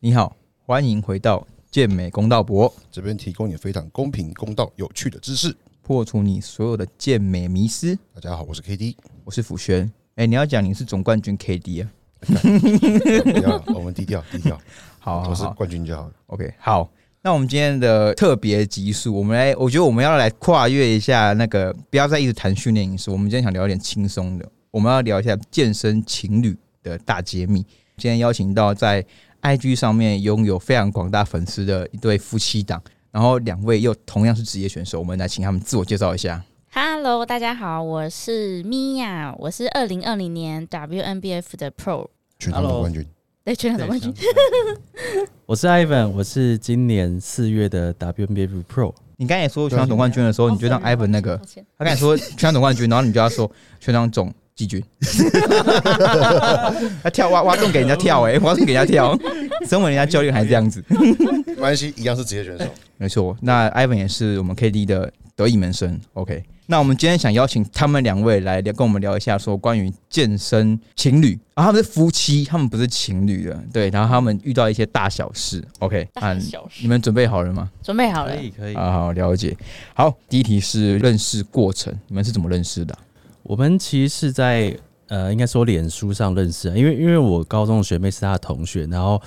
你好，欢迎回到健美公道博，这边提供你非常公平、公道、有趣的知识。破除你所有的健美迷思。大家好，我是 KD。我是辅轩。哎、你要讲你是总冠军 KD 啊？不要我们低调低调，好好我是好冠军就好了。 ，OK，好。那我们今天的特别集数，我们来，我觉得我们要来跨越一下那个，不要再一直谈训练饮食。我们今天想聊一点轻松的，我们要聊一下健身情侣的大揭秘。今天邀请到在 IG 上面拥有非常广大粉丝的一对夫妻档，然后两位又同样是职业选手，我们来请他们自我介绍一下。 Hello，大家好，我是米娅，我是二零二零年 WNBF 的 Pro，哎全场总冠军，对，全场总哎冠军。 我是 Ivan，我是今年四月的 WNBF Pro。你刚才说全场总冠军的哦时候，哦你就让 Ivan 那个抱歉他跟你说全场总冠军，然后你就要说全场总季军， 他跳挖挖洞给人家跳哎、挖洞给人家跳， 身为人家教练还这样子，没关系，一样是职业选手。没错。那 Ivan 也是我们 KD 的得意门生，OK。那我们今天想邀请他们两位来聊，跟我们聊一下说关于健身情侣啊，他们是夫妻，他们不是情侣了，对。然后他们遇到一些大小事，OK 大嗯小事你们准备好了吗？准备好了可，以可以，啊，好了解。好，第一题是认识过程，你们是怎么认识的啊、我们其实是在呃，应该说脸书上认识啊，因为因为我高中的学妹是她的同学，然后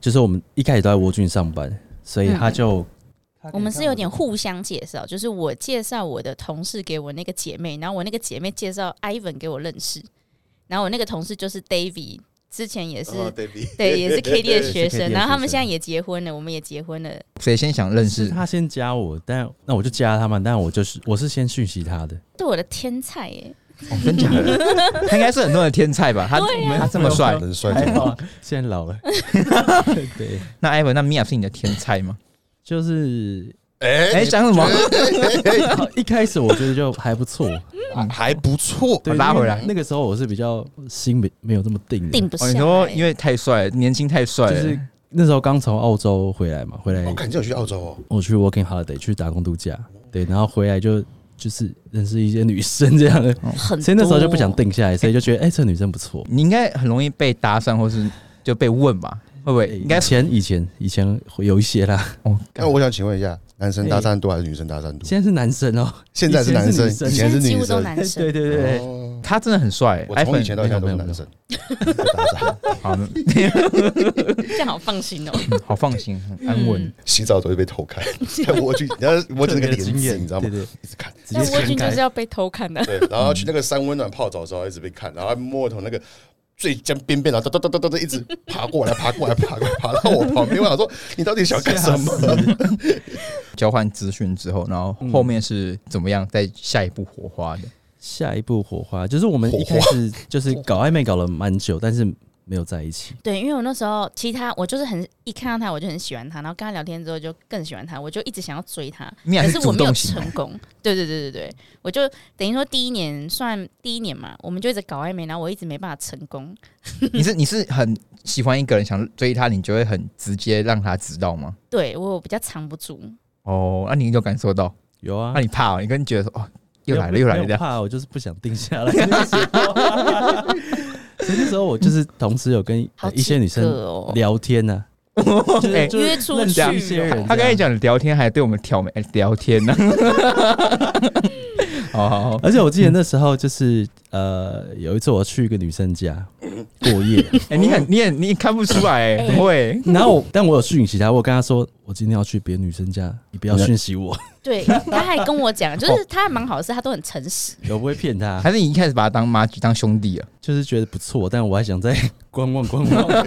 就是我们一开始都在沃郡上班，所以她就、嗯我们是有点互相介绍，就是我介绍我的同事给我那个姐妹，然后我那个姐妹介绍 Ivan 给我认识，然后我那个同事就是 David，之前 也是、哦 David，对，也是 KD 的学也是 KD 的生，然后他们学现生在也结婚了，我们也结婚了，谁先想认识？她先加我，但那我就加她嘛，但我就是我是先讯息她的，对我的天菜耶，哦真假的？他应该是很多人的天菜 吧？他啊他这么 帅，很帅，真的。啊，现在老了， 对，那艾文，那米娅是你的天菜吗？就是 哎，哎，讲什 么？一开始我觉得就还不错，还还不错。对，拉回来因为那个时候我是比较心没没有这么定的，定不下哦，来。你说因为太帅，年轻太帅就了是。那时候刚从澳洲回来嘛，回来我感觉有去澳洲哦，我去 working holiday 去打工度假，对，然后回来就就是认识一些女生这样的，很多，所以那时候就不哦想定下来，所以就觉得哎、这女生不错。你应该很容易被搭讪，或是就被问吧？会不会？应该以前以前以前会有一些啦，哦，那我想请问一下，男生哎搭讪多还是女生搭讪多？现在是男生哦、现在是男生，以前是女生以前现是在几女乎都生。男生， 对对对，哦他真的很帅。我艾从文以前到现在都是没有没有男生。搭讪好，嗯这样好放心哦。好放心，很安稳 嗯。洗澡都会被偷看，在蜗居，然后蜗居那个帘子，你知道吗对？对，一直看，直那接蜗看居就开是要被偷看的，对，然后去那个山温暖泡澡的时候一直被看，然后摸头那个最尖边边，然后哒哒哒哒哒一直爬过来，爬过来，爬过来，爬到我旁边。我想说，你到底想干什么？交换资讯之后，然后嗯后面是怎么样？再下一步火花的？下一步火花就是我们一开始就是搞暧昧搞了蛮久，但是没有在一起。 对，因为我那时候其实他我就是很一看到他我就很喜欢他，然后跟他聊天之后就更喜欢他，我就一直想要追他，你还是可是主我没有动型成功。对对对对对，我就等于说第一年算第一年嘛，我们就一直搞暧昧，然后我一直没办法成功。你是你是很喜欢一个人，想追他，你就会很直接让他知道吗？对我比较藏不住，哦，那、你有感受到？有啊那、，你怕、哦？你跟你觉得说哦，又来了又来了没这样。有怕我就是不想定下来。那个时候 所以那时候我就是同时有跟好一些女生几个哦聊天 呢、就是哎就是约出认识去一些人这样，他刚才讲聊天，还对我们挑眉哎聊天呢、 哦好好好，而且我记得那时候就是呃，有一次我去一个女生家过夜， 哎、你很你很你看不出来、哎，怎么会？然后我但我有讯息她，我跟她说我今天要去别的女生家，你不要讯息我，对，他还跟我讲，就是他还蛮好的是，他都很诚实。我不会骗她，还是你一开始把他当妈当兄弟 啊？就是觉得不错，但我还想再 观望观 望。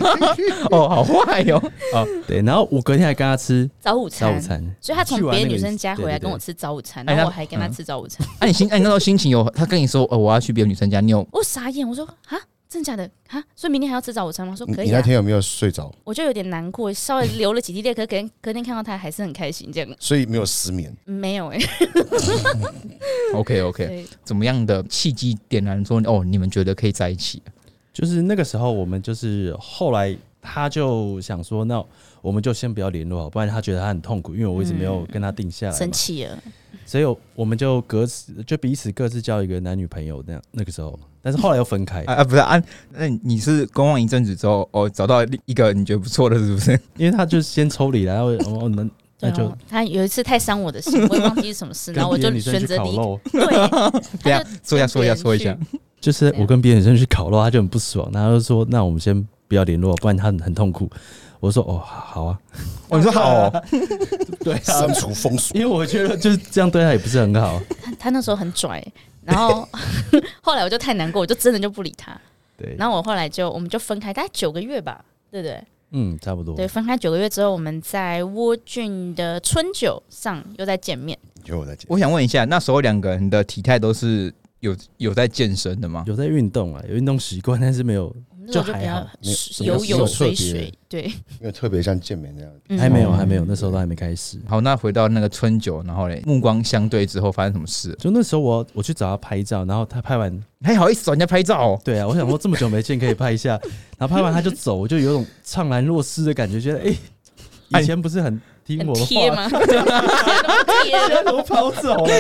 哦，好坏哟、哦！对，然后我隔天还跟她吃早午餐，早午餐，所以他从去完别的那个女生家回来对对对跟我吃早午餐，哎然后那我还跟他吃早午餐，那、你心，哎、你那时候心情有？他跟你说，哦，我要去别的女生家，你有？我傻眼，我说啊，真假的啊？所以明天还要吃早午餐吗？他说可你以那啊。天有没有睡着？我就有点难过，稍微流了几滴泪，可是隔天隔天看到他还是很开心，这样所以没有失眠。没有 哎、 OK OK，对，怎么样的契机点燃说，哦，你们觉得可以在一起？就是那个时候我们就是后来她就想说，那我们就先不要联络好，不然她觉得她很痛苦，因为我一直没有跟她定下来嘛。嗯生气了，所以我们就各自就彼此各自交一个男女朋友那样。那个时候，但是后来又分开，嗯啊啊，不是啊，那你是观望一阵子之后，哦，找到一个你觉得不错的，是不 是？因为他就先抽离了，然后哦能那对就啊，他有一次太伤我的 心，我也忘记是什么事，然跟后我别就的女生选去择烤离。 肉，啊对，等一下就说一下，跟说一下，别人说一下去。就是我跟别的女生去烤肉，他就很不爽，然后就说那我们先不要联络，不然他很很痛苦。我说哦好好啊，哦，你说好哦，对删，除风俗。因为我觉得就是这样对他也不是很好，他他那时候很拽，然 后 后来我就太难过，我就真的就不理他。对，然后我后来就我们就分开，大概九个月吧，对不对？嗯差不多，对，分开九个月之后，我们在窝郡的春酒上又再见面。有在讲，我想问一下，那时候两个人的体态都是有有在健身的吗？有在运动啊，有运动习惯， 但是没有我们那时候就比就还较好没有没有游游特别水水，对，没有特别像健美那样。嗯还没有哦还没有，那时候都还没开始。好，那回到那个春酒，然后嘞，目光相对之后发生什么事？就那时候我我去找他拍照，然后他拍完，还好意思找人家拍照哦？对啊，我想说这么久没见可以拍一下，然后拍完他就走，我就有种怅然若失的感觉，觉得哎、哎以前不是很听很我的贴话，吗？ 贴 现在都跑走了。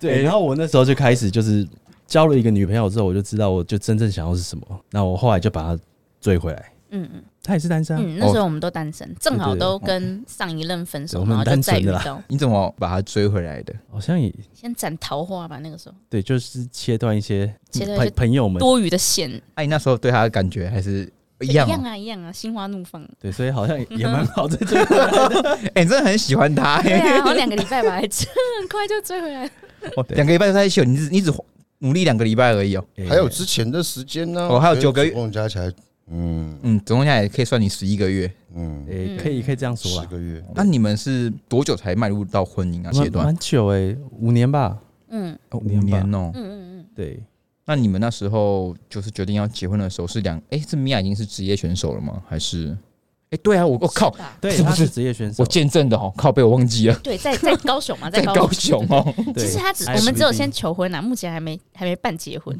对，然后我那时候就开始就是交了一个女朋友之后，我就知道我就真正想要是什么，那我后来就把她追回来， 嗯嗯她也是单身啊、嗯，那时候我们都单身，正好都跟上一任分手，对然后就再遇我们单到，你怎么把他追回来的？好像也先斩桃花吧，那个时候对，就是切断一些切断一朋些朋友们，多余的线，哎、你那时候对他的感觉还是一一样、样哦？啊一样啊，心花怒放。对，所以好像也也蛮好在这个哎、你真的很喜欢他、对欸。啊，然后两个礼 拜吧，还真很快就追回来了。哦两、个礼拜在一起哦，你只你只努力两个礼拜而已哦。还哎有之前的时间呢，哦还有九个月总共加起来，嗯嗯，总共下来可以算你十一个月。嗯，诶、嗯哎可以可以这样说十啊，个月。那你们是多久才迈入到婚姻啊？阶蛮段蛮久诶、五年吧。嗯哦五年吧年哦、嗯嗯对，那你们那时候就是决定要结婚的时候是两哎、这米娅已经是职业选手了吗？还是哎、对啊，我我、嗯，靠是，吧对，是不他是是职业选手？我见证的哦，靠，被我忘记了，对，在在高雄嘛， 在高高雄对对哦。 对其实他只哎我们只有不一定先求婚啊，目前还没还没办结婚。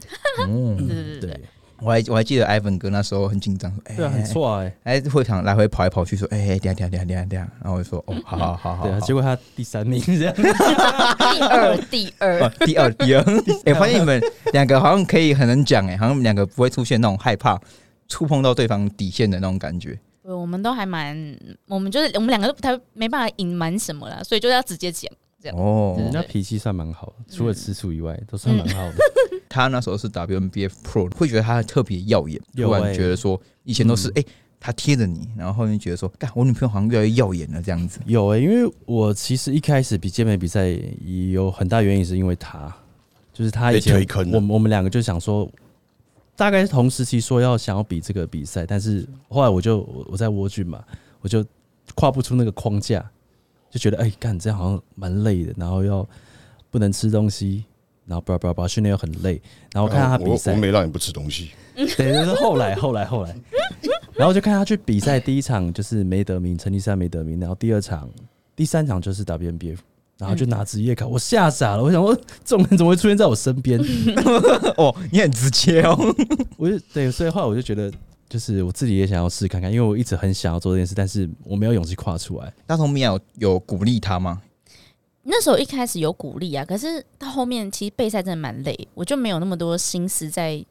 嗯，对对对对，对我还我还记得 Ivan 哥那时候很紧张，说哎，对啊，很哎错哎。哎，会场来回跑来跑去，说：“哎、哎，等一下等一下等一下等一下。”然后我就说：“哦，好好好好。对啊，好结果他第三名这样。第二第哦 二，第二第二，哎、发现你们两个好像可以很能讲，哎，好像你们两个不会出现那种害怕触碰到对方底线的那种感觉。对，我们都还蛮，我们就是我们两个都不太没办法隐瞒什么啦，所以就要直接讲。这样哦，人嗯家脾气算蛮好的，除了吃醋以外，都算蛮好的。他那时候是 WNBF Pro，会觉得他特别耀眼，有突然哎觉得说，以前都是哎、他贴着你，然后后面觉得说，干，我女朋友好像越来越耀眼了这 样子。有哎，因为我其实一开始比健美比赛也有很大原因是因为他，就是他以前被推坑了我们我们两个就想说，大概是同时期说要想要比这个比赛，但是后来我就我我在蜗居嘛，我就跨不出那个框架，就觉得哎，干这样好像蛮累的，然后要不能吃东西，然后叭叭叭训练又很累，然后看到他比哦赛我我，没让你不吃东西，对，就是后来后来后来，然后就看他去比赛，第一场就是没得名，成吉思汗没得名，然后第二场、第三场就是 WNBF。然后就拿职业卡，我吓傻了。我想说，这种人怎么会出现在我身边？嗯哦，你很直接哦。 我就对，所以后来我就觉得，就是我自己也想要试看看，因为我一直很想要做这件事，但是我没有勇气跨出来。那时候米娅有有鼓励他吗？那时候一开始有鼓励啊，可是到后面其实备赛真的蛮累，我就没有那么多心思在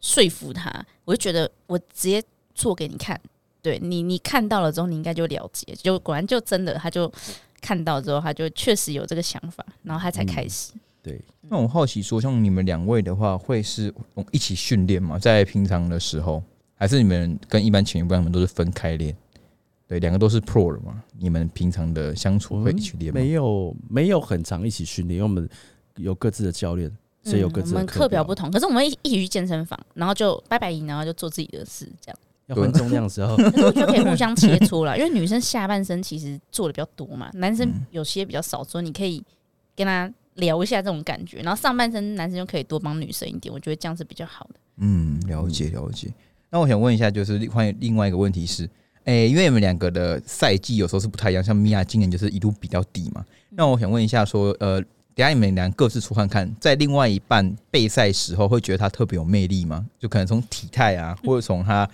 说服他，我就觉得我直接做给你看，对你你看到了之后你应该就了解，就果然就真的他就看到之后他就确实有这个想法，然后他才开始。对，那我好奇说，像你们两位的话，会是一起训练吗？在平常的时候，还是你们跟一般前一辈你们都是分开练？对，两个都是 pro 了嘛？你们平常的相我处会们一起练吗？没有没有很常一起训练，因为我们有各自的教练，嗯所以有嗯各我自的们课表表不同，可是我们一一起去健身房，然后就拜拜然后就做自己的事，这样。要换重量 的时候，可是我觉得可以互相切磋 啦，因为女生下半身其实做的比较多嘛，男生有些比较少做，你可以跟他聊一下这种感觉，然后上半身男生就可以多帮女生一点，我觉得这样是比较好的。嗯，了解了解。那我想问一下，就是另外另外一个问题是，诶、因为你们两个的赛季有时候是不太一样，像米娅今年就是一路比较低嘛。那我想问一下说，呃，等一下你们俩各自出看看，在另外一半备赛时候，会觉得他特别有魅力吗？就可能从体态啊，或者从他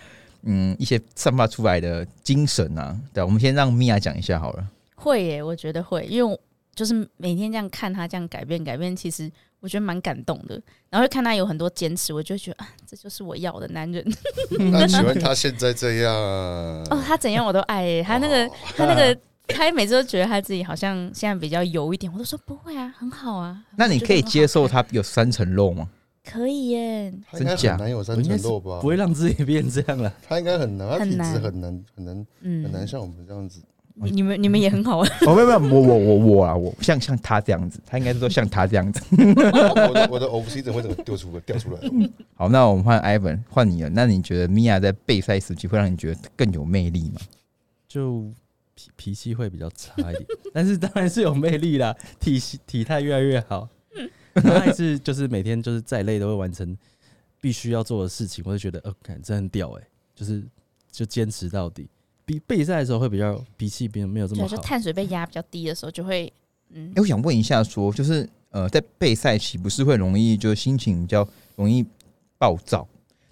嗯一些散发出来的精神啊，对啊我们先让米娅讲一下好了。会耶、我觉得会，因为我就是每天这样看他这样改变改变，其实我觉得蛮感动的。然后就看他有很多坚持，我就觉得啊，这就是我要的男人。 那喜欢他现在这样哦，他怎样我都爱、欸，他那个、他那个。他每次都觉得他自己好像现在比较油一点，我都说不会啊，很好啊。那你我觉得可以很好接受看？他有三层肉吗？可以耶，他应该真假很难有三我应该层是肉吧不？会让自己变这样了。他应该很难，他体很难质很难，很难，嗯，很难像我们这样子。你你嗯们你们也很好啊， 哦，没有没有，我我我我啊，我像像他这样子，他应该是说像他这样子。我的我的 O C 怎么会整个掉出来掉出来？嗯好，那我们换 Ivan，换你了。那你觉得米娅在备赛时期会让你觉得更有魅力吗？就脾脾气会比较差一点，但是当然是有魅力啦，体系体态越来越好，嗯然后还是就是每天就是再累都会完成必须要做的事情，我就觉得呃，看真的很屌哎、就是就坚持到底。比备赛的时候会比较脾气比没有这对，么就好，碳水被压比较低的时候，就会嗯哎、，我想问一下说就是呃，在备赛期不是会容易就心情比较容易暴躁？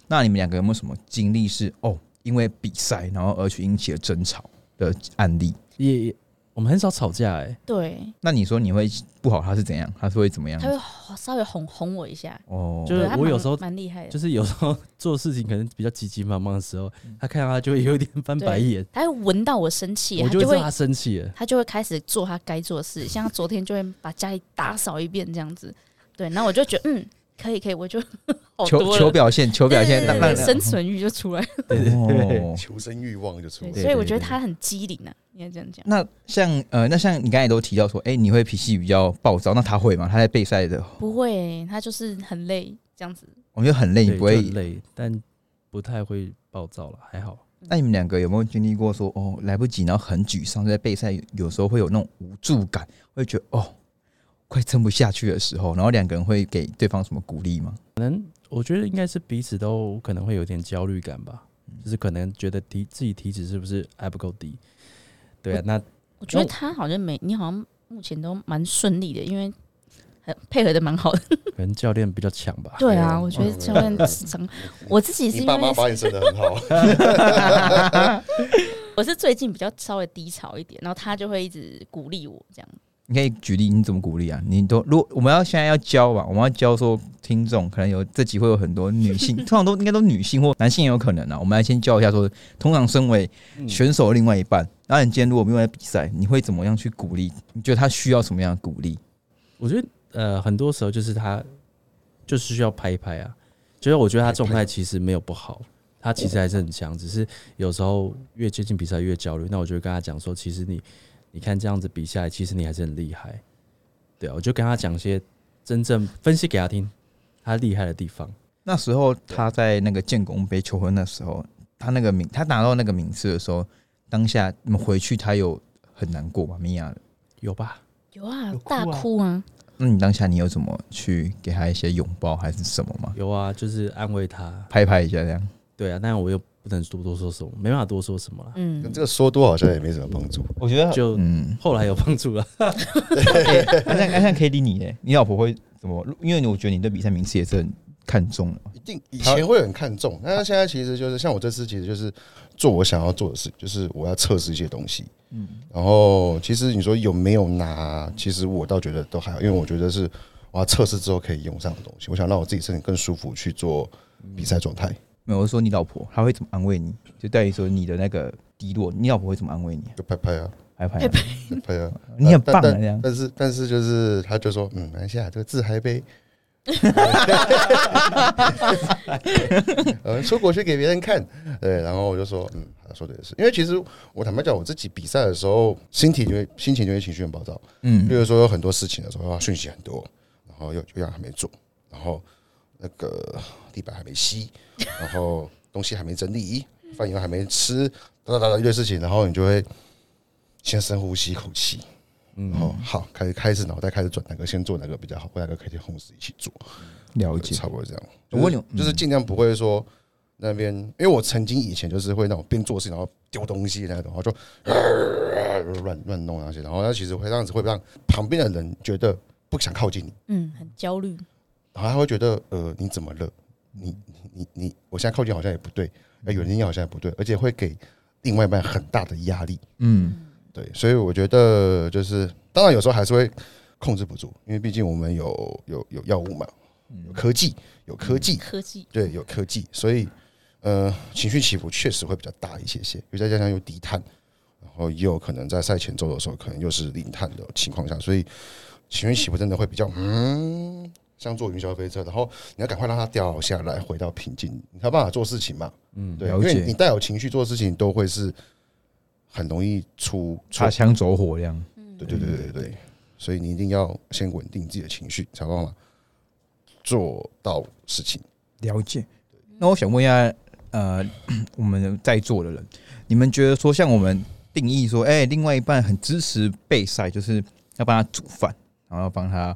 那你们两个有没有什么经历是哦，因为比赛然后而去引起了争吵的案例？也也我们很少吵架哎、对，那你说你会不好，他是怎样？他是会怎么样他？会吼稍微哄哄我一下，哦，就是对他我蛮有时候蛮厉害的就，是有时候 做事情可能比较急急忙忙的时候，嗯他看到他就会有一点翻白眼，他会闻到我生气，我他就会就知道会他生气了。他就会开始做他该做的 事，像他昨天就会把家里打扫一遍这样子，对，然后我就觉得嗯可以可以，我就 好求多求了。表现，求表对现，对让对让对生存欲就出来了，对对对哦 求生欲望就出来对对了。所以我对觉得对他很机灵啊，应该这样讲。那像呃，那像你刚才都提到说，哎、你会脾气比较暴躁，那他会吗？他在备赛的，不会欸、他就是很累这样子。我觉得很累，你对，不会就很。累，但不太会暴躁了，还好。那你们两个有没有经历过说，哦，来不及，然后很沮丧，在备赛有时候会有那种无助感，会觉得哦，快撑不下去的时候，然后两个人会给对方什么鼓励吗？可能我觉得应该是彼此都可能会有点焦虑感吧，就是可能觉得体自己体脂是不是还不够低？对啊，那我觉得那我他好像没，你好像目前都蛮顺利的，因为很配合的蛮好的。可能教练比较强吧。对没啊，有我觉得没有教没有练 长，我自己是你因爸妈 为把你生的很好，我是最近比较稍微低潮一点，然后他就会一直鼓励我这样。你可以举例，你怎么鼓励啊？你都如果我们要现在要教吧，我们要教说听众可能有这集会有很多女 性，通常都应该都女性或男性也有可能啊。我们来先教一下说，通常身为选手的另外一半，然后你今天如果没有在比赛，你会怎么样去鼓励？你觉得他需要什么样的鼓励？我觉得呃，很多时候就是他就是需要拍一拍啊，就是我觉得他状态其实没有不好，他其实还是很强，只是有时候越接近比赛越焦虑。那我就会跟他讲说，其实你你看这样子比下来，其实你还是很厉害。对啊，我就跟他讲一些真正分析给他听，他厉害的地方。那时候他在那个建功杯求婚的时候，他那个名他拿到那个名次的时候，当下你们回去他有很难过吧？米娅的，有吧？有啊，有哭大啊哭啊！那你当下你有怎么去给他一些拥抱还是什么吗？有啊，就是安慰他。拍拍一下这样。对啊，但我又不能多多说什么，没办法多说什么了。嗯，这个说多好像也没什么帮助。我觉得就嗯，后来有帮助啊了，那像那像 K D 你呢？你老婆会怎么？因为我觉得你对比赛名次也是很看重的嘛。一定以前会很看重，但是现在其实就是像我这次，其实就是做我想要做的事，就是我要测试一些东西。嗯，然后其实你说有没有拿，其实我倒觉得都还好，因为我觉得是我要测试之后可以用上的东西，我想让我自己身体更舒服去做比赛状态。没有，我是说你老婆，她会怎么安慰你？就在于说你的那个低落，你老婆会怎么安慰你？就拍拍啊，拍拍拍她，拍拍 啊，你很棒啊，但这样。但是但是就是他就说，嗯，没关系啊，这个自嗨呗。 呃，出国去给别人看，对，然后我就说，嗯，他说的也是，因为其实我坦白讲，我自己比赛的时候，心情就会心情就会情绪很暴躁，嗯例，如说有很多事情的时候，要讯息很多，然后又又要还没做，然后那个地板还没吸，然后东西还没整理，饭又还没吃，哒哒哒哒一堆事情，然后你就会先深呼吸一口气，嗯然后好开始开始脑袋开始转哪个先做哪个比较好，或哪个可以同时一起做，了就解。差不多这样。我问你嗯就是就是尽量不会说。那边，因为我曾经以前就是会那种边做事然后丢东西那种，然后就呃乱乱弄那些，然后那其实会这样子会让旁边的人觉得不想靠近你，嗯，很焦虑。然后他会觉得呃你怎么了？你你你你，我现在靠近好像也不对，呃远近好像也不对，而且会给另外一半很大的压力。嗯，对，所以我觉得就是，当然有时候还是会控制不住，因为毕竟我们有有有药物嘛，嗯有科技，有科技，科技对，有科技，所以呃，情绪起伏确实会比较大一些些，因为再加上又低碳，然后也有可能在赛前周的时候，可能又是零碳的情况下，所以情绪起伏真的会比较嗯，像坐云霄飞车，然后你要赶快让它掉下来，回到平静，你才有办法做事情嘛。嗯，对，了因为解你带有情绪做事情，都会是很容易出错擦枪走火这样。对对嗯对对对，所以你一定要先稳定自己的情绪，才有办法做到事情。了解。那我想问一下，呃， 我们在座的人，你们觉得说像我们定义说，哎、另外一半很支持备赛，就是要帮他煮饭，然后帮他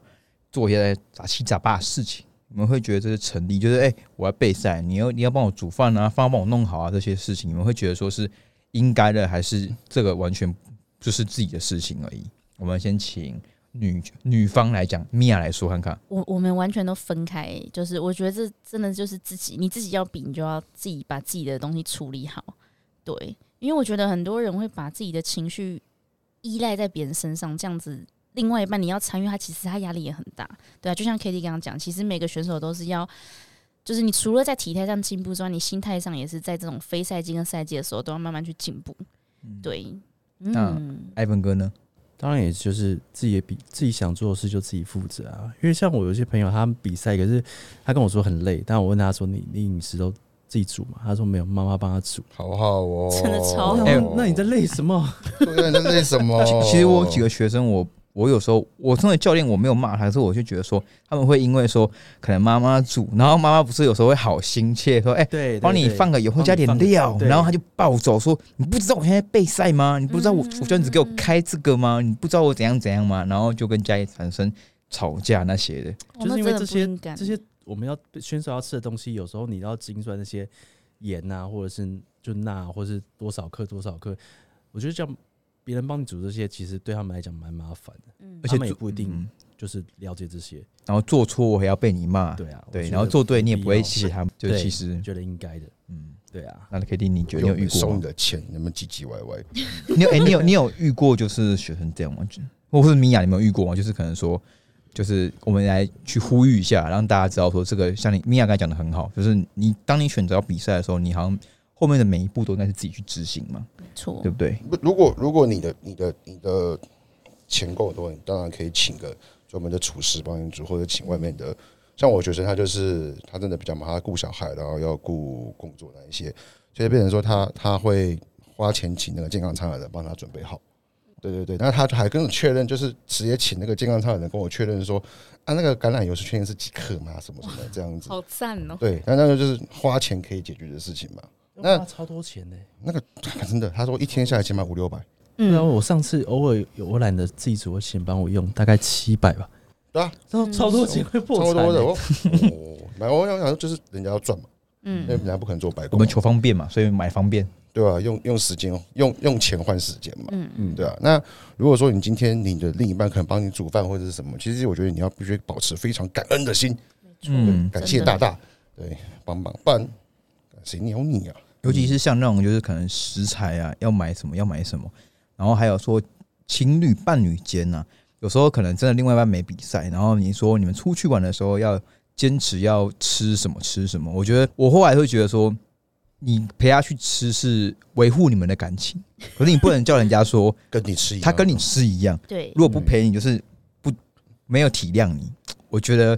做一些杂七杂八的事情，你们会觉得这是成立？就是哎、我要备赛，你要你要帮我煮饭啊，帮帮我弄好啊这些事情，你们会觉得说是应该的，还是这个完全就是自己的事情而已？我们先请女女方来讲，米娅来说看看。我我们完全都分开，就是我觉得这真的就是自己，你自己要比，你就要自己把自己的东西处理好。对，因为我觉得很多人会把自己的情绪依赖在别人身上，这样子，另外一半你要参与他，其实他压力也很大，对啊。就像 K D 刚刚讲，其实每个选手都是要，就是你除了在体态上进步之外，你心态上也是在这种非赛季跟赛季的时候都要慢慢去进步。嗯对，那嗯，艾文哥呢？ 当然也就是自己也比自己想做的事就自己负责啊。因为像我有些朋友，他们比赛，可是他跟我说很累，但我问他说你你饮食都自己煮吗？他说没有，妈妈帮他煮。好好哦，真的超好我想哎说那你在累什么？对，那那什么？其其实我有哦几个学生，我我有时候我身为教练，我没有骂他，可是我就觉得说他们会因为说可能妈妈煮，然后妈妈不是有时候会好心切说，哎、对，帮你对放个油或加点料，对然后他就暴走说：“你不知道我现在备赛吗？你不知道我嗯我教练只给我开这个吗？你不知道我怎样怎样吗？”然后就跟家里产生吵架那些的。哦就是那因为真的这不些应该这些我们要选手要吃的东西，有时候你要精算那些盐啊，或者是就钠，啊或者是多少克多少克。我觉得叫别人帮你煮这些，其实对他们来讲蛮麻烦的，嗯而且他们也不一定嗯就是了解这些。然后做错我还要被你骂，对啊，我对，觉然后得做对你也必不会要谢谢他们，就对其实觉得应该的。嗯， 对啊，那 K D 你觉得你有有遇过收你吗？的钱，你们唧唧歪歪，你有哎、你有你有遇过就是学生这样吗？就或者是米娅，你们有遇过吗？就是可能说，就是我们来去呼吁一下，让大家知道说，这个像你米娅刚才讲的很好，就是你当你选择要比赛的时候，你好像后面的每一步都应该是自己去执行嘛，没错对，不对？不如果如果你的你的你的钱够多，你当然可以请个专门的厨师帮你煮，或者请外面的。像我学生，他就是他真的比较忙，他顾小孩，然后要顾工作那一些，所以变成说他他会花钱请那个健康餐的人帮他准备好。对对对，那他还跟我确认，就是直接请那个健康餐的人跟我确认说，啊，那个橄榄油是确定是几克吗？什么什么这样子。好赞哦。对，但那个就是花钱可以解决的事情嘛。 那那超多钱呢、那个真的，他说一天下来起码五六百，对啊，嗯，我上次偶尔有我懒得自己煮，我请帮我用，大概七百吧。对啊，超超多钱会差破不产多的欸、哦。哦，买我想想，就是人家要赚嘛，因为嗯，人家不可能做白工我嘛，们求方便嘛，所以买方便。对吧、用用时间，哦用用钱换时间嘛， 嗯对啊。那如果说你今天你的另一半可能帮你煮饭或者是什么，其实我觉得你要必须保持非常感恩的心，嗯，感谢真的大大，对，帮忙，不然谁鸟你啊？尤其是像那种就是可能食材啊，要买什么要买什么，然后还有说情侣伴侣间啊，有时候可能真的另外一半没比赛，然后你说你们出去玩的时候要坚持要吃什么吃什么，我觉得我后来会觉得说，你陪他去吃是维护你们的感情，可是你不能叫人家说跟你 吃一样，嗯他跟你吃一样，对如，果不陪你就是不没有体谅你，我觉得。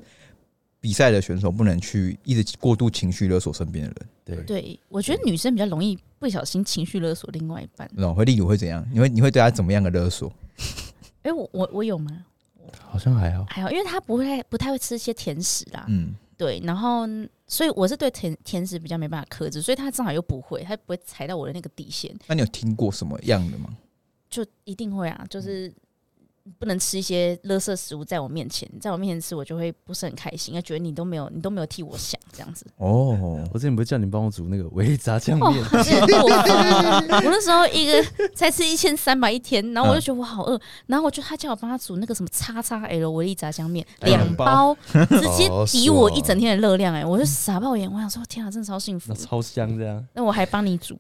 比赛的选手不能去一直过度情绪勒索身边的人，对，对，我觉得女生比较容易不小心情绪勒索另外一半。那种会例如会怎样？你会你会对他怎么样的勒索？哎、我我我有吗？好像还好。还好，因为她不太不太会吃一些甜食啦。嗯，对，然后所以我是对甜甜食比较没办法克制，所以她正好又不会，她不会踩到我的那个底线，那你有听过什么样的吗？就一定会啊，就是。不能吃一些垃圾食物在我面前，在我面前吃我就会不是很开心，而觉得你都没有你都没有替我想这样子，哦，我之前不是叫你帮我煮那个维力炸酱面？哦是很过分。 我那时候一个才吃一千三百一天，然后我嗯就觉得我好饿，然后我就他叫我帮他煮那个什么叉叉 L 维力炸酱面哎两包，直接好抵我爽一整天的热量，哎，我就傻爆眼，我想说天啊，真的超幸福那。超香这样。那我还帮你煮，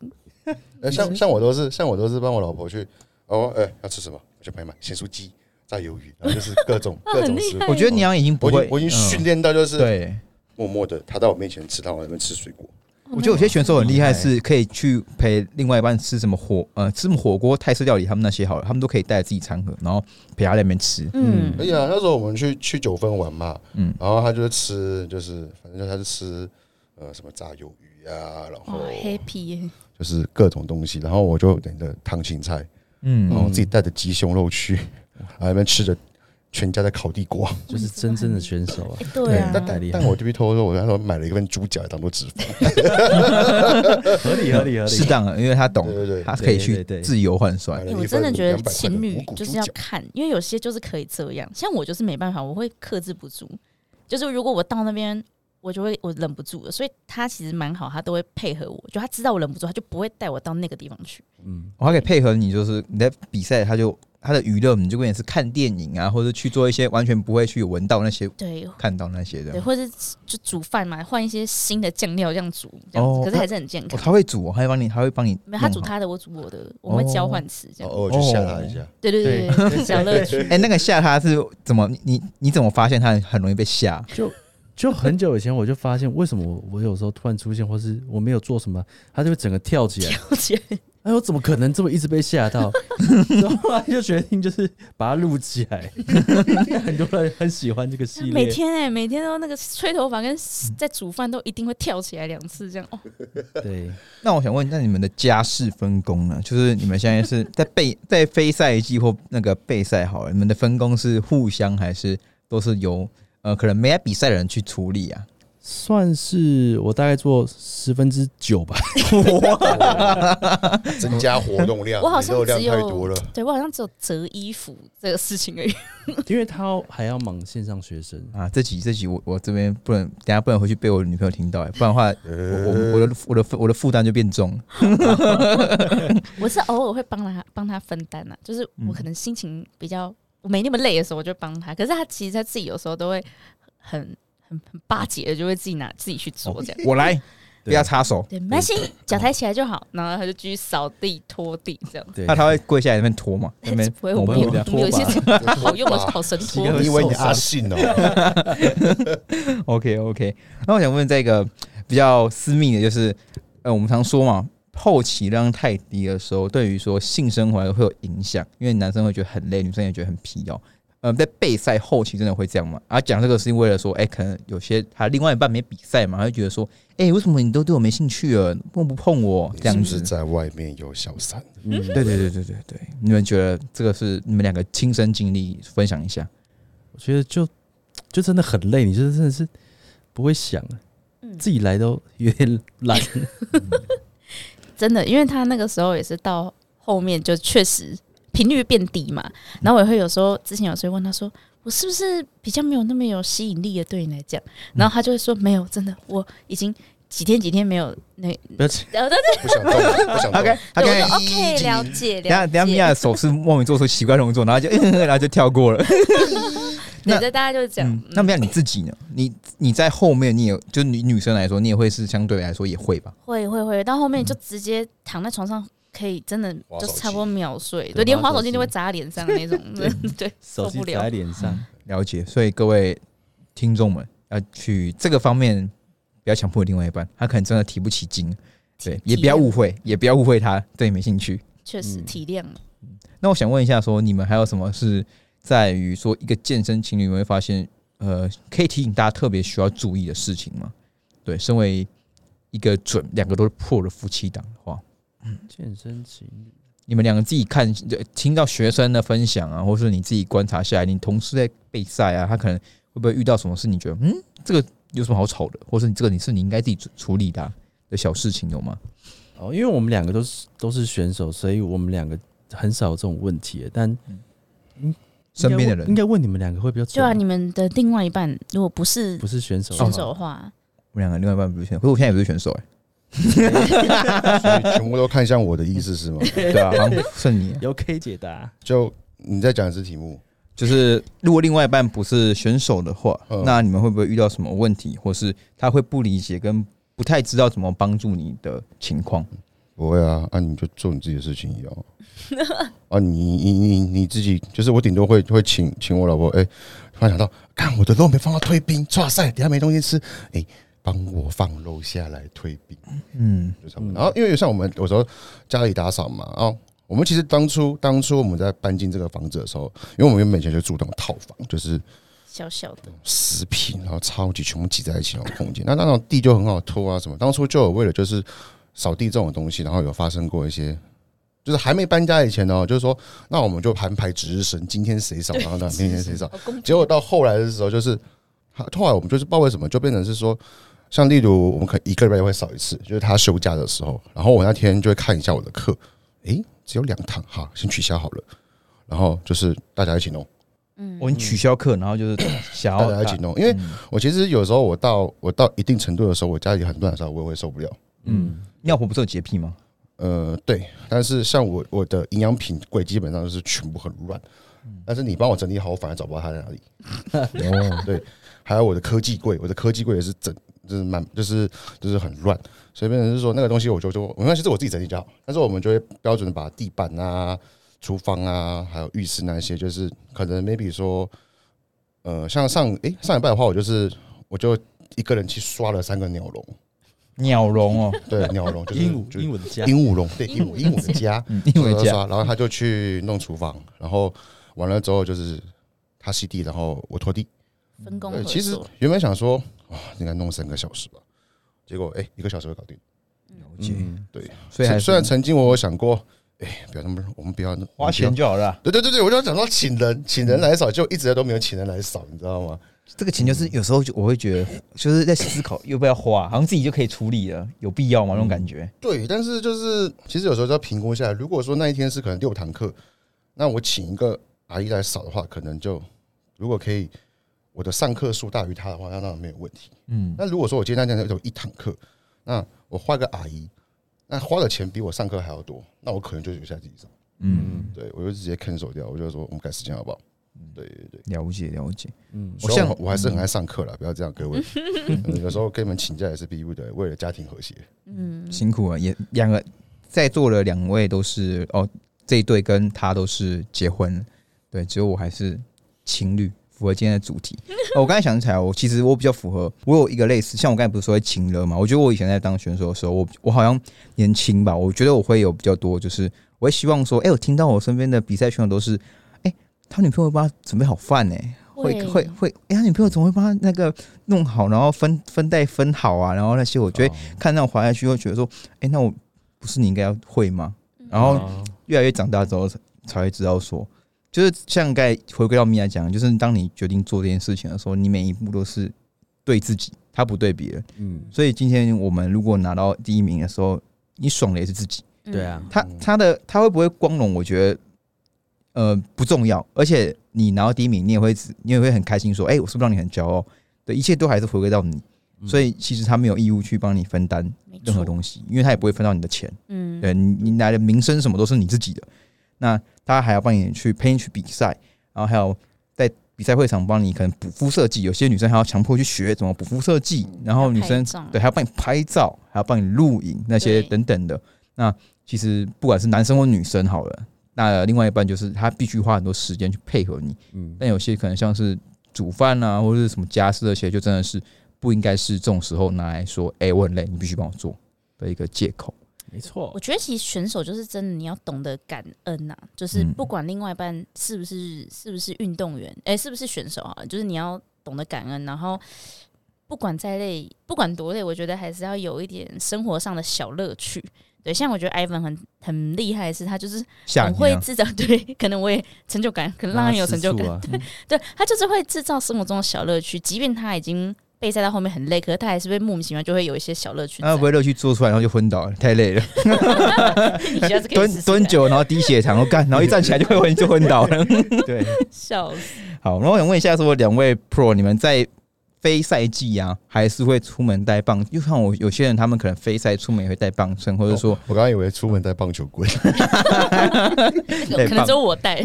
呃像像我都是像我都是帮我老婆去哦，哎、要吃什么？我去买买咸酥鸡，在犹豫，然后就是各 种那各哦很种厉失害误。我觉得娘已经不我已会，经我已经嗯训练到就是对，默默的，他到我面前吃，他往那边吃水果。我觉得有些选手很厉害，是可以去陪另外一半吃什么火呃吃什么火锅、泰式料理，他们那些好了，他们都可以带着自己餐盒，然后陪他在那边吃。嗯可以啊，那时候我们去去九份玩嘛，嗯然后他就是吃，就是反正就他就吃呃什么炸鱿鱼啊，然哇哦后，happy 耶，就是各种东西，然后我就等着烫青菜，然嗯，后自己带着鸡胸肉去，然后那边吃着全家的烤地瓜。就 是真正的选手啊哎，对啊，对但太厉但害但我这边偷偷说，我那时候买了一份猪脚来当做脂肪， 合理合理合适理。当的，因为他懂对，对对他可以去对对对自由换算哎买。了一欸我份真的觉得200块情侣无骨就猪是要脚看，因为有些就是可以这样，像我就是没办法，我会克制不住。就是如果我到那边，我就会我忍不住了，所以他其实蛮好，他都会配合我。就他知道我忍不住，他就不会带我到那个地方去。嗯，我还可以配合你，就是你在比赛，他就他的娱乐，你就跟你是看电影啊，或者去做一些完全不会去闻到那些、对看到那些的对，。或者是就煮饭嘛，换一些新的酱料这样煮，这样子，哦可是还是很健哦，康。他会嗯煮哦，他会帮你，他会帮你弄没好。有，他煮他的，我煮我的，我们会交换吃这然样。后偶尔哦去吓他一哦下。对对对对，对小乐趣。哎、那个吓他是怎么？你你你怎么发现他很容易被吓？就就很久以前我就发现，为什么我我有时候突然出现，或是我没有做什么，他就会整个跳起 来。而且哎，我怎么可能这么一直被吓 到？然后后来就决定就是把它录起来。 很多人很喜欢这个系列，每天哎、每天都那个吹头发跟在煮饭都一定会跳起来两次这样。哦，对那我想问，那你们的家事分工呢？就是你们现在是在备 在非赛季或那个备赛好了，你们的分工是互相还是都是由呃可能没来比赛的人去处理啊？算是我大概做十分之九 吧。增加活动 量，我好像你肉量只有太多了。对我好像只有折衣服这个事情而已。 因为他还要忙线上学生，啊，这集这集我我这边不能，等下不能回去被我女朋友听到、欸，不然的话，我我我的我的我的负担就变重了。我是偶尔会帮他帮他分担呐、就是我可能心情比较我没那么累的时候，我就帮他。可是他其实他自己有时候都会很很很巴结的，就会自己拿自己去做这样。我来，不要插手。哦 对，没哦关系，脚抬起来就好。然后他就继续扫地、拖地这样。对那他会跪下来那边拖 嘛，那边不哎会，我们我有们我们有一些拖好用的好神拖我，们你以为你阿信哦？ OK OK，那我想问这个比较私密的，就是呃，我们常说嘛，后期量太低的时候，对于说性生活会有影响，因为男生会觉得很累，女生也觉得很疲劳。呃，在备赛后期真的会这样吗？啊，讲这个是为了说，哎、可能有些他另外一半没比赛嘛，他会觉得说，哎、为什么你都对我没兴趣了，碰不碰我这样你子嗯是不是？在外面有小三， 嗯，对对对对对对，你们觉得这个是你们两个亲身经历，分享一下。我觉得就就真的很累，你就真的是不会想，啊嗯自己来都有点懒。真的，因为他那个时候也是到后面就确实频率变低嘛，然后我也会有时候之前有时候问他说，我是不是比较没有那么有吸引力的对你来讲，然后他就会说没有，真的我已经几天几天没有那，不要紧然后他不想动，不想动。 OK，他刚才就我就 OK 了解等一下了等一下，米娅解，的手势莫名做出奇怪动作，然后就 然后就跳过了。那对，这大家就是这样嗯，，那嗯米娅你自己呢？你你在后面，你也就女女生来说，你也会是相对来说也会吧？会会会，到后面就直接躺在床上。可以真的滑就手机差不多秒睡，对对，连滑滑手手机机都会砸脸上那种，对，手受机不打了在。脸上，了解，所以各位听众们要去这个方面不要强迫另外一半，他可能真的提不起劲。对，也不要误会，也不要误会他对你没兴趣。确实嗯体谅了。那我想问一下说你们还有什么是在于说一个健身情侣，你们会发现呃，可以提醒大家特别需要注意的事情吗？对，身为一个准两个都是破的夫妻档的话，嗯健身情侣你们两个自己看，呃听到学生的分享啊，或是你自己观察下来，你同事在备赛啊，他可能会不会遇到什么事？你觉得嗯，这个有什么好吵的，或是你这个你是你应该自己处处理的啊、的小事情，有吗？哦，因为我们两个都是都是选手，所以我们两个很少有这种问题。但身边的应人，该问你们两个会比较就准啊，吧，你们的另外一半如果不是不是选手选手的话，我们两个另外一半不是选手，可是我现在也不是选手哎、所以全部都看向我的意思是吗？哎 对啊，好像不剩你啊、由 K 解答。就你再讲一次题目，就是如果另外一半不是选手的话，嗯那你们会不会遇到什么问题，或是他会不理解跟不太知道怎么帮助你的情况？不会啊，啊，你就做你自己的事情一样 啊。啊，你你你你自己，就是我顶多会会请请我老婆，哎、突然想到，看我的肉没放到退冰，哇塞，等一下没东西吃，哎、帮我放肉下来退冰，嗯，就差不多。然后因为像我们有时候家里打扫嘛，啊，我们其实当初当初我们在搬进这个房子的时候，因为我们原本以前就住那种套房，就是小小的，食品，然后超级全部挤在一起那种空间。那那种地就很好拖啊，什么？当初就有为了就是扫地这种东西，然后有发生过一些，就是还没搬家以前呢，就是说，那我们就盘排值日生，今天谁扫，然后呢，明天谁扫。好公结果到后来的时候，就是后来我们就是不知道为什么就变成是说，像例如我们可能一个礼拜会扫一次，就是他休假的时候，然后我那天就会看一下我的课，诶，只有两堂，好，先取消好了。然后就是大家一起弄，嗯，我已经取消课，然后就是想嗯大要嗯家一起弄，因为我其实有时候我到我到一定程度的时候，我家里很乱的时候，我也会受不了。嗯，尿婆不是有洁癖吗？呃，对，但是像我我的营养品柜基本上就是全部很乱，但是你帮我整理好，我反而找不到它在哪里。哦，对，还有我的科技柜，我的科技柜也是整就是满就是就是很乱，所以变成是说那个东西我就就没关系，是我自己整理就好。但是我们就会标准地把地板啊、厨房啊，还有浴室那些，就是可能 maybe 说，呃，像上诶、上礼拜的话，我就是我就一个人去刷了三个鸟笼，鸟笼哦，对，鸟笼就是鹦鹉就是鹦鹉的家，鹦鹉笼，对，鹦鹦鹉鹉鹦鹉的家， 嗯因为刷这刷样，刷然后他就去弄厨房，然后完了之后就是他吸地，然后我拖地。分工合对，作。其实原本想说啊，应该弄三个小时吧，结果哎、一个小时就搞定。嗯，所以还是虽然曾经我有想过，哎、不要那么，我们不要那花钱。就好了啊。对对对对，我就想到请人，请人来扫，就一直都没有请人来扫，你知道吗？这个钱就是有时候就我会觉得，就是在思考要不要花，好像自己就可以处理了，有必要吗？那种感觉。对，但是就是其实有时候要评估一下，如果说那一天是可能六堂课，那我请一个阿姨来扫的话，可能就如果可以，我的上课数大于她的话，那当然没有问题。嗯，那如果说我今天那天有一堂课，那我花个阿姨，那花的钱比我上课还要多，那我可能就留下自己扫。嗯，对我就直接 cancel 掉，我就说我们改时间好不好？对对对。了解了解。嗯，我虽然像我还是很爱上课了，不要这样，各位。嗯有时候跟你们请假也是逼不得，为了家庭和谐。嗯，辛苦啊了，也两个在座的两位都是哦，这一对跟他都是结婚了，对，只有我还是情侣，符合今天的主题。哦、我刚才想起来，我其实我比较符合，我有一个类似，像我刚才不是说会情勒嘛，我觉得我以前在当选手的时候，我我好像年轻吧，我觉得我会有比较多，就是我会希望说，哎、我听到我身边的比赛选手都是，哎、他女朋友帮他准备好饭呢、会会会，哎、他女朋友怎么会帮他那个弄好，然后分分袋分好啊，然后那些我哦觉得看那种滑下去，会觉得说，哎、那我不是你应该要会吗？然后哦越来越长大之后，才才会知道说，就是像该回归到米娅讲，就是当你决定做这件事情的时候，你每一步都是对自己，他不对别人。嗯，所以今天我们如果拿到第一名的时候，你爽的也是自己。嗯对啊，他他的他会不会光荣？我觉得，呃，不重要。而且你拿到第一名，你也会自你也会很开心，说，哎、我是不是让你很骄傲？对，一切都还是回归到你。嗯所以其实他没有义务去帮你分担没任何错，东西，因为他也不会分到你的钱。嗯，对你，你来的名声什么都是你自己的。那他还要帮你去陪你去比赛，然后还有在比赛会场帮你可能补肤设计，有些女生还要强迫去学怎么补肤设计，然后女生拍照对还要帮你拍照，还要帮你录影那些对等等的。那其实不管是男生或女生好了，那另外一半就是他必须花很多时间去配合你。嗯，但有些可能像是煮饭啊，或者是什么家事这些，就真的是不应该是这种时候拿来说，哎、我很累，你必须帮我做的一个借口。没错我，觉得其实选手就是真的，你要懂得感恩呐、就是嗯不管另外一半是不是是不是运动员，哎、是不是选手啊，就是你要懂得感恩，然后不管再累，不管多累，我觉得还是要有一点生活上的小乐趣。对，像我觉得 Ivan 很很厉害的是，他就是下很你会啊，制造， 对，可能我也成就感，可能让人有成就感，让他吃醋啊，对他就是会制造生活中的小乐趣，即便他已经备赛到后面很累，可是他还是会莫名其妙就会有一些小乐趣在。那啊不会乐趣做出来然后就昏倒了，太累了，你下次可 蹲以试试蹲看，久然后低血糖，我干，然后一站起来就会昏就昏倒了。 对， 笑死。好，那我想问一下，说两位 Pro 你们在非赛季啊，还是会出门带棒？就像我有些人，他们可能非赛出门也会带棒秤，或者说我刚刚以为出门带棒球棍，对可能棒只有我带，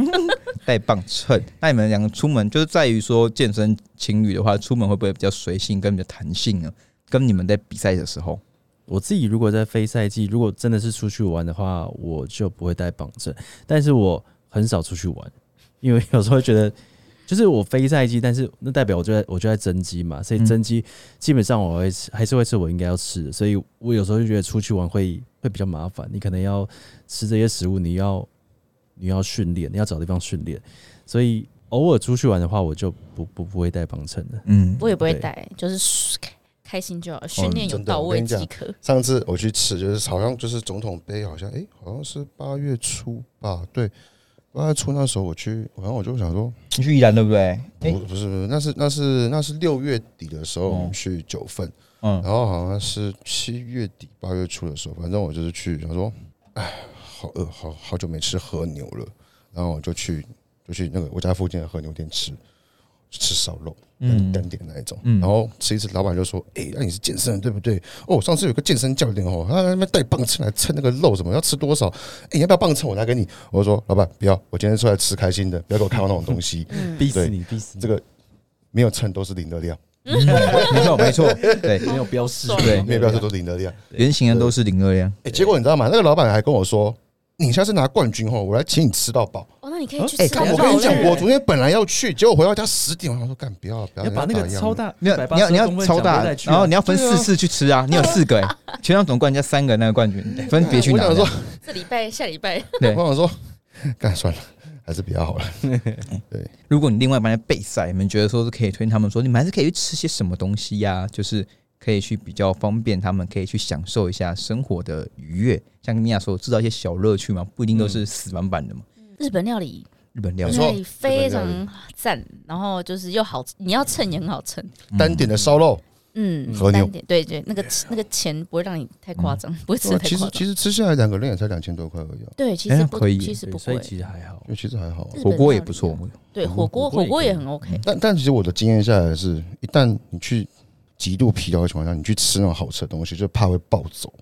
带棒秤。那你们两个出门，就是在于说健啊身情侣的话，出门会不会比较随性，跟比较弹性呢？跟你们在比赛的时候，我自己如果在非赛季，如果真的是出去玩的话，我就不会带绑证，但是我很少出去玩，因为有时候会觉得。就是我非赛季，但是那代表我就在我就在增肌嘛，所以嗯增肌基本上我会吃，还是会吃我应该要吃的，所以我有时候就觉得出去玩会会比较麻烦，你可能要吃这些食物，你要你要训练，你要找地方训练，所以偶尔出去玩的话，我就不不不会带绑秤的。嗯，我也不会对带，就是开开心就好，训练有真的到我位跟你讲即可。上次我去吃，就是好像就是总统杯，好像诶，好像是八月初吧，对，八月初那时候我去，然后我就想说，你去宜兰对不对？不、哎，不是不是，那是那是那是六月底的时候我嗯们去九份，嗯，然后好像是七月底八月初的时候，反正我就是去，想说，哎，好饿，好好久没吃和牛了，然后我就去就去那个我家附近的和牛店吃，吃烧肉，嗯，单点那一种，然后吃一次，老板就说，哎，那你是健身的对不对？哦，上次有个健身教练哦，他在那边带磅秤来称那个肉什么，要吃多少？哎，你要不要磅秤？我拿给你。我就说，老板不要，我今天出来吃开心的，不要给我看到那种东 西，逼死你，逼死这个没有秤都是零的量，没错没错，对，没有标示，爽对没有标准都是零的量。圆形的都是零热啊量，欸，结果你知道吗？那个老板还跟我说：“你下次拿冠军后，我来请你吃到饱。哦，那你可以去哎吃干到”我肉跟你讲，类我昨天本来要去，结果回到家十点，我想说干不要不要，要把那个人家打烊超了大，你要180你要你公要分超奖杯大带，去啊然后你要分四次去吃啊，你有四个哎，全场总冠军加三个那个冠军，分别去啊我拿想。说，这礼拜、下礼拜，对我想说，干算了，还是比较好了。如果你另外一半在备赛，你们觉得说是可以推荐他们说，你们还是可以去吃些什么东西呀、就是可以去比较方便，他们可以去享受一下生活的愉悦。像米娅说，制造一些小乐趣嘛，不一定都嗯是死板板的嘛。日本料理日本料没理错那里非日本常赞，然后就是又好，你要称也很好称，单点的烧肉，嗯，和牛单点对对，那个那个钱不会让你太夸张，不会吃对啊的太其夸实张。其实吃下来两个人也才两千多块而已啊，对，其哎实那不可以耶其实不对所以贵，其实还好。就其实还好。日本火锅也料理不错。对，火锅火火锅也锅可以也很 OK。但但其实我的经验下来是，一旦你去极度疲劳的情况下，你去吃那种好吃的东西，就怕会暴走，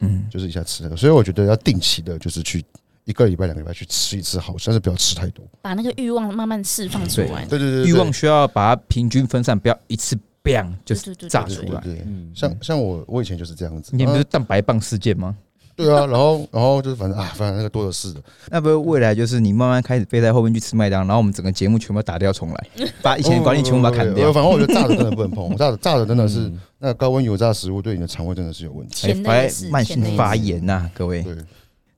嗯，就是一下吃那个。所以我觉得要定期的，就是去一个礼拜、两个礼拜去吃一次好吃，但是不要吃太多。把那个欲望慢慢释放出对来。对对对，对欲望需要把它平均分散，不要一次 bang 就对对对炸对出来。对，嗯，像像我我以前就是这样子，你不啊是蛋白棒事件吗？对啊，然后然后就是反正啊，反正那个多的是的，那不是未来就是你慢慢开始飞在后面去吃麦当劳，然后我们整个节目全部打掉重来，把以前的管理全部把它砍我哦掉。反正我觉得炸的真的不能碰，炸的炸的真的是那个高温油炸食物对你的肠胃真的是有问题。哎前，反那正是慢前那性发炎呐、啊各位。对，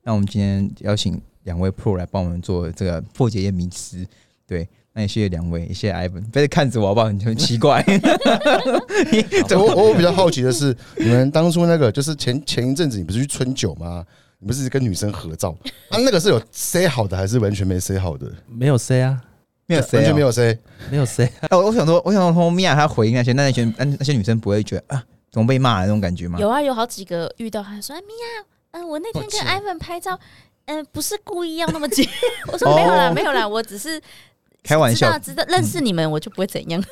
那我们今天邀请两位 Pro 来帮我们做这个破解一些迷思。对，那也谢谢两位，也谢谢 Ivan。别再看着我好不好？你很奇 怪。我 我我比较好奇的是，你们当初那个就是前前一阵子你不是去春酒吗？你不是跟女生合照？啊，那个是有 say 好的还是完全没 say 好的？没有 C 啊，没有谁、完啊，全没。有 say。没有 C，啊 哦，我想说，我想说，米娅她回应那些，那那些那那些女生不会觉得啊，怎么被骂了那种感觉吗？有啊，有好几个遇到他说：“哎，米娅，嗯，我那天跟 Ivan 拍照，嗯，不是故意要那么紧。”我说：“没有啦，哦没有啦，我只是开玩知道笑，知道认识你们，我就不会怎样。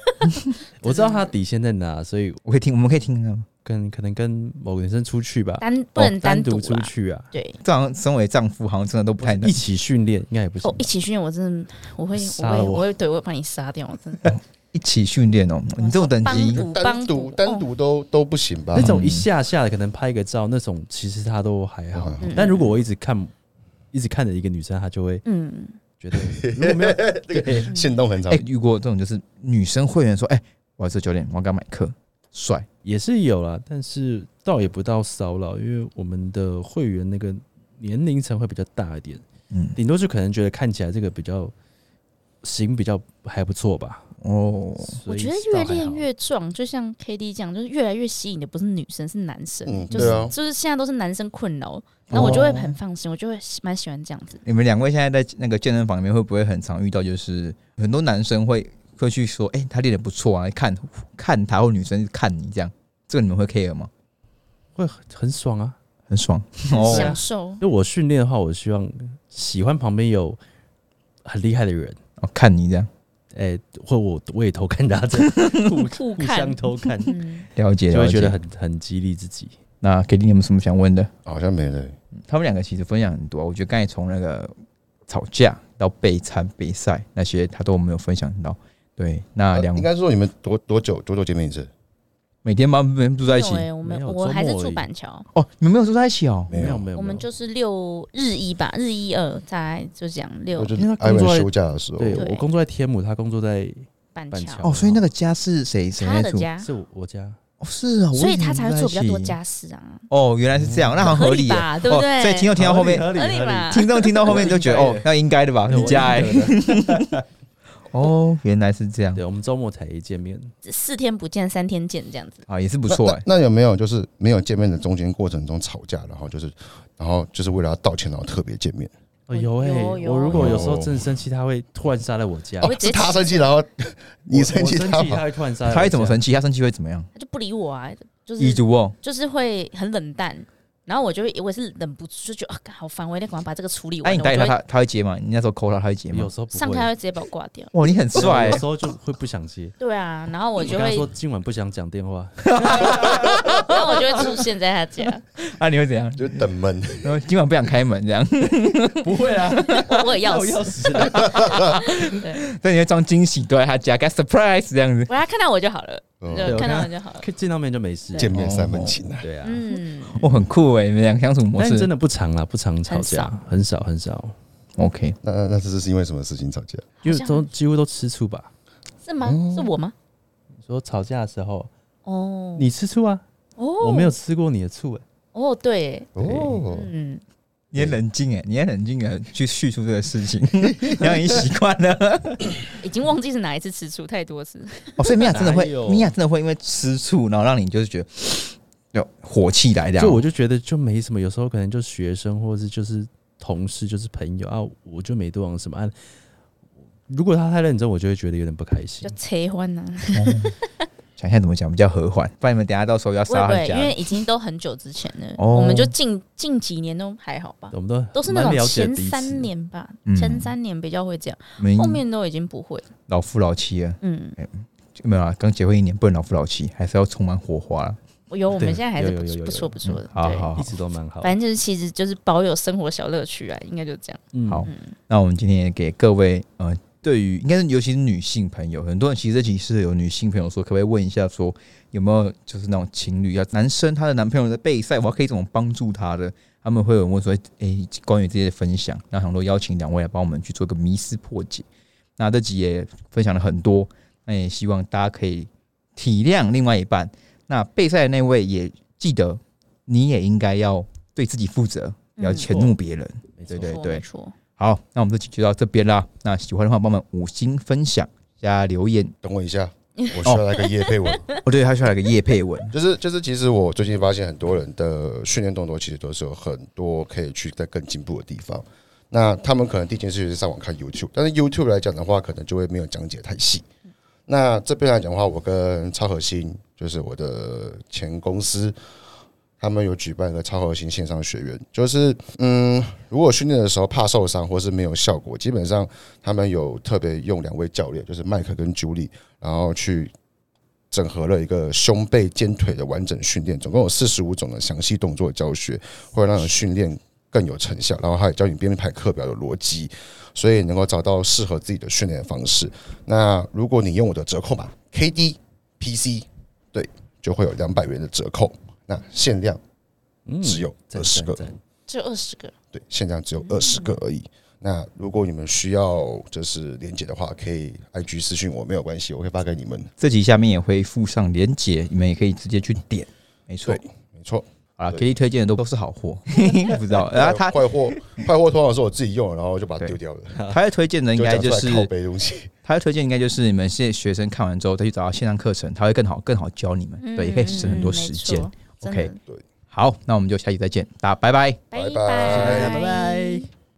我知道他底线在哪，所以我可以听，我们可以听啊到吗。跟可能跟某个女生出去吧，单不能哦单独出啦。去啊，对，这好像身为丈夫，好像真的都不太能一。起训练应该也不行哦，一起训练，我真的我会，我杀了会，我我会，对我会把你杀掉，我真的。一起训练哦，你这种等级帮哦助单独单独都都不行吧那？嗯种一下下的可能拍个照那种，其实他都还好。嗯嗯但如果我一直看，一直看着一个女生，她就会嗯，觉 得如果没有限动很长哎、，遇过这种就是女生会员说，哎、我要做教练，我要给他买课，帅，也是有啦，但是倒也不到骚扰，因为我们的会员那个年龄层会比较大一点，嗯，顶多就可能觉得看起来这个比较型比较还不错吧。哦，所我以觉得倒越还练好越壮，就像 K D 这样，就是越来越吸引的不是女生，是男生。嗯就对是、啊就是现在都是男生困扰，那我就会哦很放心，我就会喜蛮喜欢这样子。你们两位现在在那个健身房里面，会不会很常遇到，就是很多男生会会去说，哎、他练的不错啊，看看他，或女生看你这样，这个你们会 care 吗？会很很爽啊。很 爽是哦啊享受。因为我训练的话，我希望喜欢旁边有很厉害的人，哦，看你这样，哎、或我我也偷看大家， 互互互看相偷 看，嗯，了解，就了会解。觉得很很激励自己。那 K D 有没有什么想问的？好像没了。他们两个其实分享很多啊，我觉得刚才从那个吵架到备餐、备赛那些，他都没有分享到。对，那啊呃两应该说你们多多久多久见面一次？每天帮别人住在一起没有欸我们没有我周还是末而住已板桥，哦，你们没有住在一起哦。没有，没有，我们就是六日一吧，日一二，再就讲六我就因为他艾工作文在休假的时候，对对我工作在天母，他工作在板板桥，桥哦，所以那个家是谁谁他在的住？家，是我我家，哦，是啊，我所以以前他才不在会做比较多一起家事啊，哦，原来是这样，那很合理耶吧，对不哦对？所以听众听到后面，合理啊合理吧？听众听到后面就觉得我应哦该，的那应该的吧，你家哎、 哦，原来是这样对，我们周末才见面，四天不见，三天见这样子，啊，也是不那错哎、那那有没有就是没有见面的中间过程中吵架，然后就是然后就是为了要道歉，然后特别见面？哦，我有哎、有有我如果有哦时候真的生气，他会突然杀来我家。我哦会，直是接他生气，然后你我生气，我他他跑会突然杀来我家。他会怎么生气？他生气会怎么样？他就不理我啊，就是遗嘱哦，就是会很冷淡，然后我就会我也是忍不住就觉得啊，干好烦，我一定要赶快把这个处理那、完。啊你打给他，我就会他他会接吗？你那时候扣他，他会接吗有？时候不上会课他会直接把我挂掉。哇，你很帅、有欸时，候就会不想接。对啊，然后我我就跟他 会说，今晚不想讲电话，然后我就会出现在他家，啊，你会怎样？就等闷。然后今晚不想开门这样，不会 啊，我我有钥要我匙，钥匙啦。所以你会装惊喜都在他家，该 surprise 这样子。我要看到我就好了，嗯就看到我就好了。可以见到面就没事。见面三分情啊，对啊，嗯，哦，很酷哎、你们俩相处模但式真的不长啦，不常吵架，很少很少， OK。那那那这是因为什么事情吵架？因好为像都几乎都吃醋吧。是吗？是我吗？你说吵架的时候，哦，你吃醋啊？哦，我没有吃过你的醋，哎，哦，对，哦，嗯，你很冷静哎、你很冷静的去叙述这个事 情，然后已经习惯了。已经忘记是哪一次吃醋，太多次。哦，所以米娅真的会哪，有米娅真的会因为吃醋，然后让你就是觉得 有火气来这样。就我就觉得就没什么，有时候可能就学生或者是就是同事就是朋友啊，我就没多想什么啊。如果他太认真，我就会觉得有点不开心就。啊切换呐，想一下怎么讲比较和缓，不然你们等一下到时候要会杀不人会？家因。为已经都很久之前了，哦我们就近近几年都还好吧，我们都啊都是那蛮种了解前彼此三，年吧嗯，前三年比较会这样，没后面都已经不会了。老夫老妻了，嗯，没有啊，刚结婚一年不能老夫老妻，还是要充满火花啦。有我对们现在还是有有有不有不错有不错的，嗯好对，好一好，直都蛮好。反正就是其实就是保有生活小乐趣啊，应该就这样。嗯好嗯，那我们今天也给各位呃，对于应该是尤其是女性朋友，很多人其实这集是有女性朋友说，可不可以问一下说有没有就是那种情侣啊，男生他的男朋友在备赛，我可以怎么帮助他的？他们会有人问说，诶、关于这些分享，那想说邀请两位来帮我们去做个迷思破解。那这集也分享了很多，那也希望大家可以体谅另外一半。那备赛的那位也记得，你也应该要对自己负责，不要嗯迁怒别人。没对错对没错没错，好，那我们这期就到这边啦。那喜欢的话，帮我们五星分享加留言。等我一下，我需要来个叶配文。哦，对，还需要来个叶配文。就是就是，其实我最近发现很多人的训练动作其实都是有很多可以去再更进步的地方。那他们可能第一件事就是上网看 YouTube，但是 YouTube 来讲的话，可能就会没有讲解太细。那这边来讲的话，我跟超核心就是我的前公司，他们有举办一个超核心线上学员，就是嗯，如果训练的时候怕受伤或是没有效果，基本上他们有特别用两位教练，就是麦克跟朱莉，然后去整合了一个胸背肩腿的完整训练，总共有四十五种的详细动作教学，会让你训练更有成效。然后还有教你编排课表的逻辑，所以能够找到适合自己的训练方式。那如果你用我的折扣码 KD PC，对，就会有两百元的折扣。那限量嗯只有赞20个赞赞就二十个，对，限量只有二十个而已。那如果你们需要就是连接的话，可以 IG 私信我，没有关系，我会发给你们。 这集下面也会附上连结，你们也可以直接去点。没错对，没错。好了对，K D 推荐的都都是好 货，不知道。然后 他坏呃货，坏货通常是我自己用了，然后就把它对丢掉了。他会推荐的应该就讲出来靠是背的东西，他会推荐应该就是你们现在学生看完之后再去找到线上课程，他会更好更好教你们，对，也可以省很多时间嗯。嗯嗯没错 OK 真的好，那我们就下期再见，大家拜拜。拜拜拜谢谢大家拜拜。